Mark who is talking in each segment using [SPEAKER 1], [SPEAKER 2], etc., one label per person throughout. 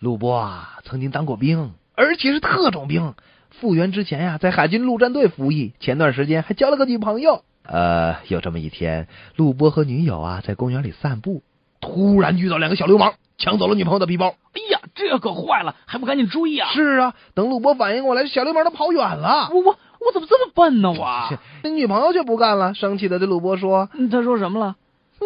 [SPEAKER 1] 陆波啊，曾经当过兵，而且是特种兵。复员之前呀、在海军陆战队服役。前段时间还交了个女朋友。呃，有这么一天，陆波和女友啊在公园里散步，突然遇到两个小流氓，抢走了女朋友的皮包。
[SPEAKER 2] 哎呀，这可坏了，还不赶紧追呀、
[SPEAKER 1] 是啊，等陆波反应过来，小流氓都跑远了。
[SPEAKER 2] 我我我怎么这么笨呢？我，
[SPEAKER 1] 那女朋友却不干了，生气的对陆波说
[SPEAKER 2] 嗯他说什么了？：“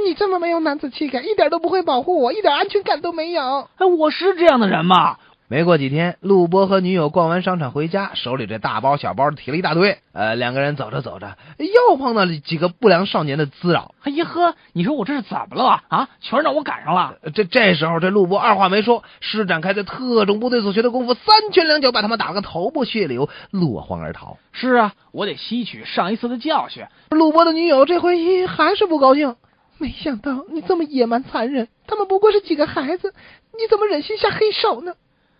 [SPEAKER 1] 你这么没有男子气概，一点都不会保护我，一点安全感都没有。
[SPEAKER 2] 哎，我是这样的人吗？”
[SPEAKER 1] 没过几天，陆波和女友逛完商场回家，手里这大包小包提了一大堆。呃，两个人走着走着，又碰到了几个不良少年的滋扰。
[SPEAKER 2] 哎呀呵，你说我这是怎么了啊？全让我赶上了。
[SPEAKER 1] 呃这这时候，这陆波二话没说，施展开在特种部队所学的功夫，三拳两脚把他们打了个头破血流，落荒而逃。
[SPEAKER 2] 是啊，我得吸取上一次的教训。
[SPEAKER 1] 陆波的女友这回还是不高兴。没想到你这么野蛮残忍，他们不过是几个孩子，你怎么忍心下黑手呢？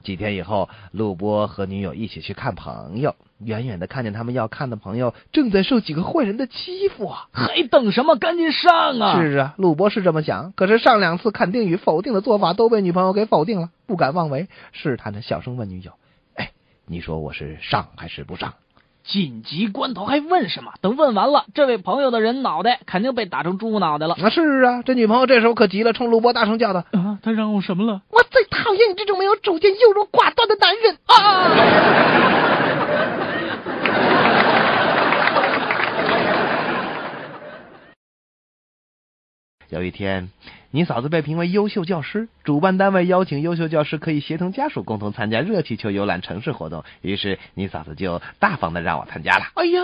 [SPEAKER 1] 几天以后，陆波和女友一起去看朋友，远远的看见他们要看的朋友正在受几个坏人的欺负啊！
[SPEAKER 2] 还等什么？赶紧上啊！
[SPEAKER 1] 是啊，陆波是这么想，可是上两次肯定与否定的做法都被女朋友给否定了，不敢妄为，试探的小声问女友：“哎，你说我是上还是不上？”
[SPEAKER 2] 紧急关头还问什么？等问完了，这位朋友的人脑袋肯定被打成猪脑袋了。
[SPEAKER 1] 啊，是啊，这女朋友这时候可急了，冲陆波大声叫道：“
[SPEAKER 2] 啊，他让我什么了？
[SPEAKER 1] 我最讨厌你这种没有主见、优柔寡断的男人啊！ 有一天，你嫂子被评为优秀教师，主办单位邀请优秀教师可以协同家属共同参加热气球游览城市活动，于是你嫂子就大方的让我参加了。
[SPEAKER 2] 哎呀，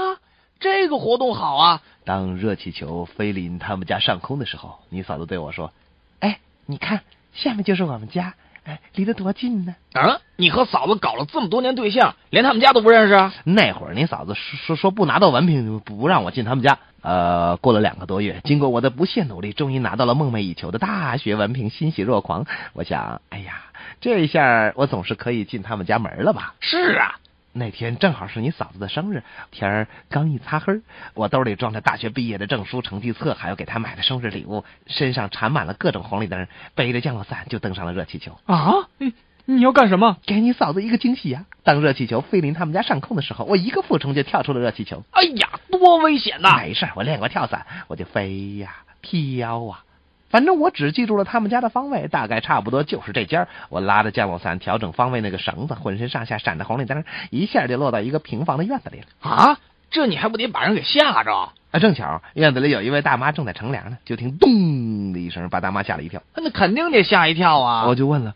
[SPEAKER 2] 这个活动好啊！
[SPEAKER 1] 当热气球飞临他们家上空的时候，你嫂子对我说：“哎，你看，下面就是我们家，哎，离得多近呢。”
[SPEAKER 2] 啊，你和嫂子搞了这么多年对象，连他们家都不认识啊？
[SPEAKER 1] 那会儿你嫂子说说说不拿到文凭不不让我进他们家。呃，过了两个多月，经过我的不懈努力，终于拿到了梦寐以求的大学文凭，欣喜若狂。我想，哎呀，这一下我总是可以进他们家门了吧？
[SPEAKER 2] 是啊，
[SPEAKER 1] 那天正好是你嫂子的生日，天儿刚一擦黑儿，我兜里装着大学毕业的证书、成绩册，还有给她买的生日礼物，身上缠满了各种红绿灯，背着降落伞就登上了热气球。
[SPEAKER 2] 啊，你你要干什么？
[SPEAKER 1] 给你嫂子一个惊喜呀、当热气球飞临他们家上空的时候，我一个俯冲就跳出了热气球。
[SPEAKER 2] 哎呀，多危险呐、
[SPEAKER 1] 没事儿，我练过跳伞，我就飞呀、飘啊。反正我只记住了他们家的方位，大概差不多就是这家儿。我拉着降落伞调整方位那个绳子，浑身上下闪着红绿灯，一下就落到一个平房的院子里了。
[SPEAKER 2] 啊，这你还不得把人给吓着？
[SPEAKER 1] 啊，正巧院子里有一位大妈正在乘凉呢，就听咚的一声，把大妈吓了一跳。
[SPEAKER 2] 那肯定得吓一跳啊！
[SPEAKER 1] 我就问了，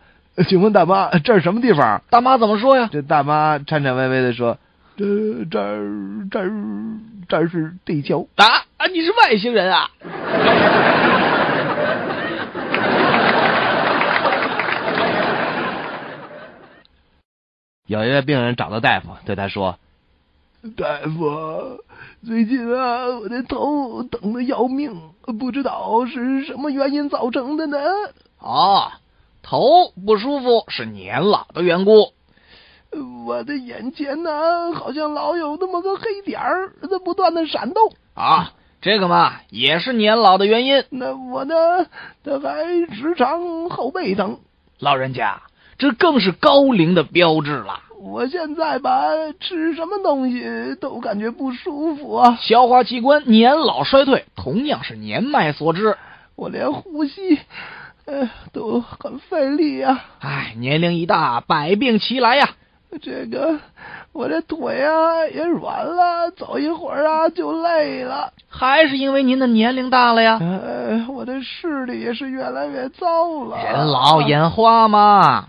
[SPEAKER 1] 请问大妈这是什么地方？
[SPEAKER 2] 大妈怎么说呀？
[SPEAKER 1] 这大妈颤颤巍巍的说：“这这这这是地球。”
[SPEAKER 2] 啊啊，你是外星人啊！
[SPEAKER 1] 有一位病人找到大夫，对他说：“大夫，最近啊，我的头疼的要命，不知道是什么原因造成的呢。
[SPEAKER 2] 哦，头不舒服是年老的缘故。
[SPEAKER 1] 我的眼前呢、好像老有那么个黑点儿在不断的闪动。
[SPEAKER 2] 啊，这个嘛也是年老的原因。
[SPEAKER 1] 那我呢，他还时常后背疼。
[SPEAKER 2] 老人家，这更是高龄的标志了。
[SPEAKER 1] 我现在吧，吃什么东西都感觉不舒服啊，
[SPEAKER 2] 消化器官年老衰退同样是年迈所致。
[SPEAKER 1] 我连呼吸，呃，都很费力啊。”
[SPEAKER 2] 唉，哎年龄一大，百病齐来呀、
[SPEAKER 1] 这个我这腿啊也软了，走一会儿啊就累了。
[SPEAKER 2] 还是因为您的年龄大了
[SPEAKER 3] 啊
[SPEAKER 2] 呀。
[SPEAKER 1] 呃，我的视力也是越来越糟了。
[SPEAKER 2] 人老，眼花嘛。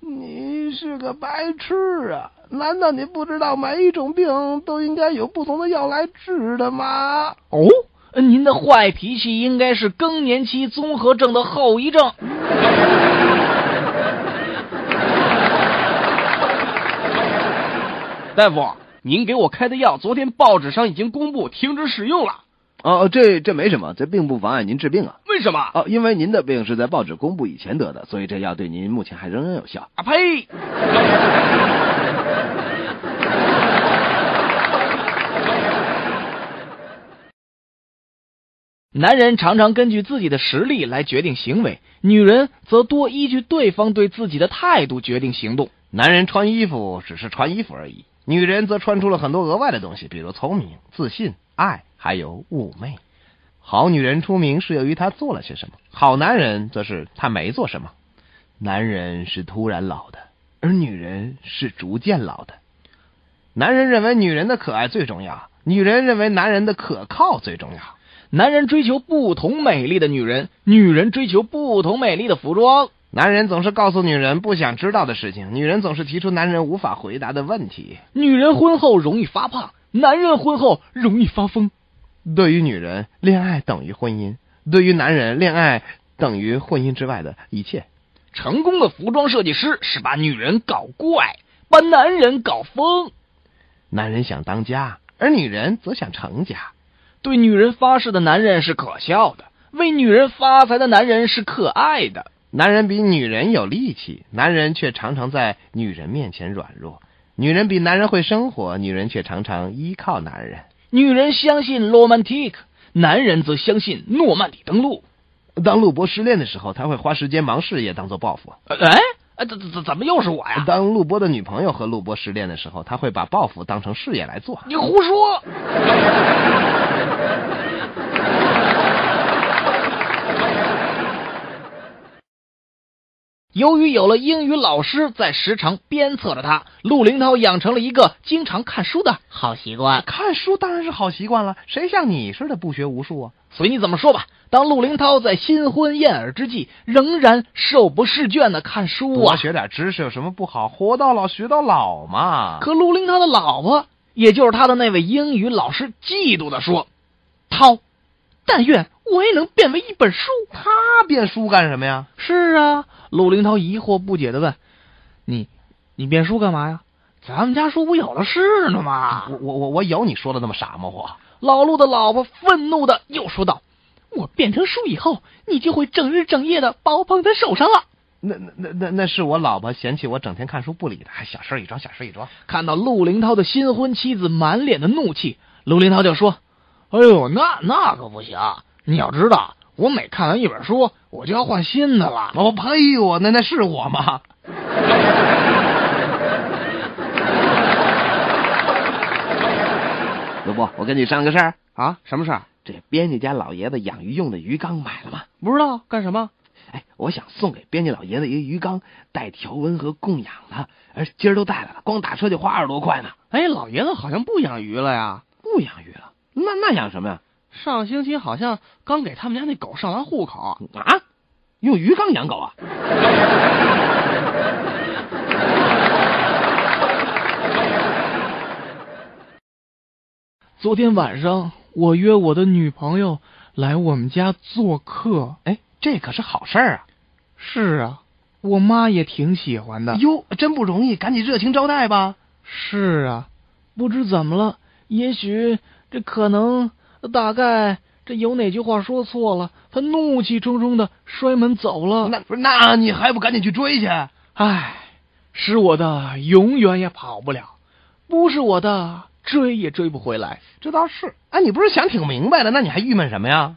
[SPEAKER 1] 你是个白痴啊！难道你不知道每一种病都应该有不同的药来治的吗？
[SPEAKER 2] 哦，您的坏脾气应该是更年期综合症的后遗症。 大夫，您给我开的药，昨天报纸上已经公布停止使用了。
[SPEAKER 3] 哦，这这没什么，这并不妨碍您治病啊。
[SPEAKER 2] 为什么？
[SPEAKER 3] 哦，因为您的病是在报纸公布以前得的，所以这药对您目前还仍然有效。
[SPEAKER 2] 啊呸！男人常常根据自己的实力来决定行为，女人则多依据对方对自己的态度决定行动。
[SPEAKER 1] 男人穿衣服只是穿衣服而已，女人则穿出了很多额外的东西，比如聪明、自信、爱，还有妩媚。好女人出名是由于她做了些什么，好男人则是他没做什么。男人是突然老的，而女人是逐渐老的。男人认为女人的可爱最重要，女人认为男人的可靠最重要。
[SPEAKER 2] 男人追求不同美丽的女人，女人追求不同美丽的服装。
[SPEAKER 1] 男人总是告诉女人不想知道的事情，女人总是提出男人无法回答的问题。
[SPEAKER 2] 女人婚后容易发胖，男人婚后容易发疯。
[SPEAKER 1] 对于女人，恋爱等于婚姻；对于男人，恋爱等于婚姻之外的一切。
[SPEAKER 2] 成功的服装设计师是把女人搞怪，把男人搞疯。
[SPEAKER 1] 男人想当家，而女人则想成家。
[SPEAKER 2] 对女人发誓的男人是可笑的，为女人发财的男人是可爱的。
[SPEAKER 1] 男人比女人有力气，男人却常常在女人面前软弱；女人比男人会生活，女人却常常依靠男人。
[SPEAKER 2] 女人相信 romantic，男人则相信诺曼底登陆。
[SPEAKER 1] 当陆博失恋的时候，他会花时间忙事业当做报复；
[SPEAKER 2] 呃哎，哎怎怎怎么又是我呀？
[SPEAKER 1] 当陆博的女朋友和陆博失恋的时候，他会把报复当成事业来做。
[SPEAKER 2] 你胡说！ 由于有了英语老师在时常鞭策着他，陆林涛养成了一个经常看书的好习惯。
[SPEAKER 1] 看书当然是好习惯了，谁像你似的不学无术啊？
[SPEAKER 2] 随你怎么说吧。当陆林涛在新婚燕尔之际，仍然手不释卷的看书
[SPEAKER 1] 多
[SPEAKER 2] 啊。
[SPEAKER 1] 学点知识有什么不好？活到老学到老嘛。
[SPEAKER 2] 可陆林涛的老婆，也就是他的那位英语老师，嫉妒的说：“涛，但愿我也能变为一本书。”
[SPEAKER 1] 他变书干什么呀？
[SPEAKER 2] 是啊，陆林涛疑惑不解的问：“你，你变书干嘛呀？咱们家书不有了是呢吗
[SPEAKER 1] 我我我我有你说的那么傻吗？我？”
[SPEAKER 2] 老陆的老婆愤怒的又说道：“我变成书以后，你就会整日整夜的把我捧在手上了。
[SPEAKER 1] 那那那那那是我老婆嫌弃我整天看书不理她，还小事一桩，小事一桩。”
[SPEAKER 2] 看到陆林涛的新婚妻子满脸的怒气，陆林涛就说：“哎呦，那那可不行！你要知道，我每看完一本书，我就要换新的了。
[SPEAKER 1] 我呸！我那那是我吗？
[SPEAKER 3] 老伯，我跟你商量个事儿，
[SPEAKER 2] 啊，什么事儿？
[SPEAKER 3] 这编辑家老爷子养鱼用的鱼缸买了吗？
[SPEAKER 2] 不知道干什么？
[SPEAKER 3] 哎，我想送给编辑老爷子一个鱼缸，带条纹和供养的，而今儿都带来了，光打车就花二十多块呢。
[SPEAKER 2] 哎，老爷子好像不养鱼了呀。
[SPEAKER 3] 不养鱼了，那那养什么呀？
[SPEAKER 2] 上星期好像刚给他们家那狗上完户口。
[SPEAKER 3] 啊，用鱼缸养狗啊？
[SPEAKER 2] 昨天晚上我约我的女朋友来我们家做客。
[SPEAKER 1] 哎，这可是好事儿啊！
[SPEAKER 2] 是啊，我妈也挺喜欢的。
[SPEAKER 1] 哟，真不容易，赶紧热情招待吧。
[SPEAKER 2] 是啊，不知怎么了，也许这可能大概这有哪句话说错了，她怒气冲冲的摔门走了。
[SPEAKER 1] 那不是，那你还不赶紧去追去？
[SPEAKER 2] 唉，是我的永远也跑不了，不是我的追也追不回来。
[SPEAKER 1] 这倒是。哎，你不是想挺明白了，那你还郁闷什么呀？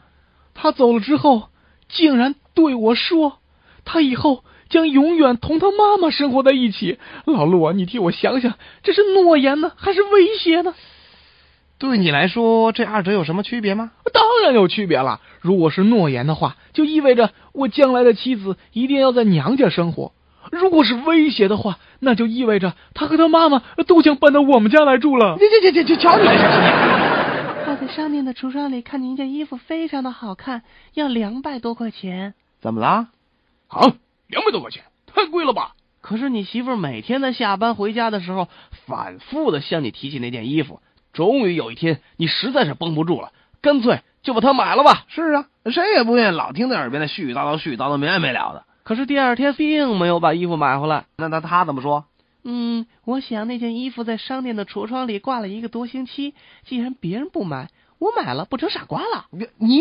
[SPEAKER 2] 他走了之后，竟然对我说，他以后将永远同他妈妈生活在一起。老陆啊，你替我想想，这是诺言呢，还是威胁呢？
[SPEAKER 1] 对你来说，这二者有什么区别吗？
[SPEAKER 2] 当然有区别了。如果是诺言的话，就意味着我将来的妻子一定要在娘家生活；如果是威胁的话，那就意味着他和他妈妈都将搬到我们家来住了。
[SPEAKER 1] 这这这这，瞧你这小心眼儿！
[SPEAKER 4] 我在商店的橱窗里看见一件衣服，非常的好看，要两百多块钱。
[SPEAKER 1] 怎么啦？
[SPEAKER 2] 好，两百多块钱，太贵了吧？
[SPEAKER 4] 可是你媳妇儿每天在下班回家的时候，
[SPEAKER 2] 反复的向你提起那件衣服，终于有一天你实在是绷不住了，干脆就把它买了吧。
[SPEAKER 1] 是啊，谁也不愿意老听在耳边的絮絮叨叨、絮絮叨叨没完没了的。
[SPEAKER 4] 可是第二天并没有把衣服买回来。
[SPEAKER 1] 那那他怎么说？
[SPEAKER 4] 嗯，我想那件衣服在商店的橱窗里挂了一个多星期，既然别人不买，我买了不成傻瓜了？
[SPEAKER 1] 你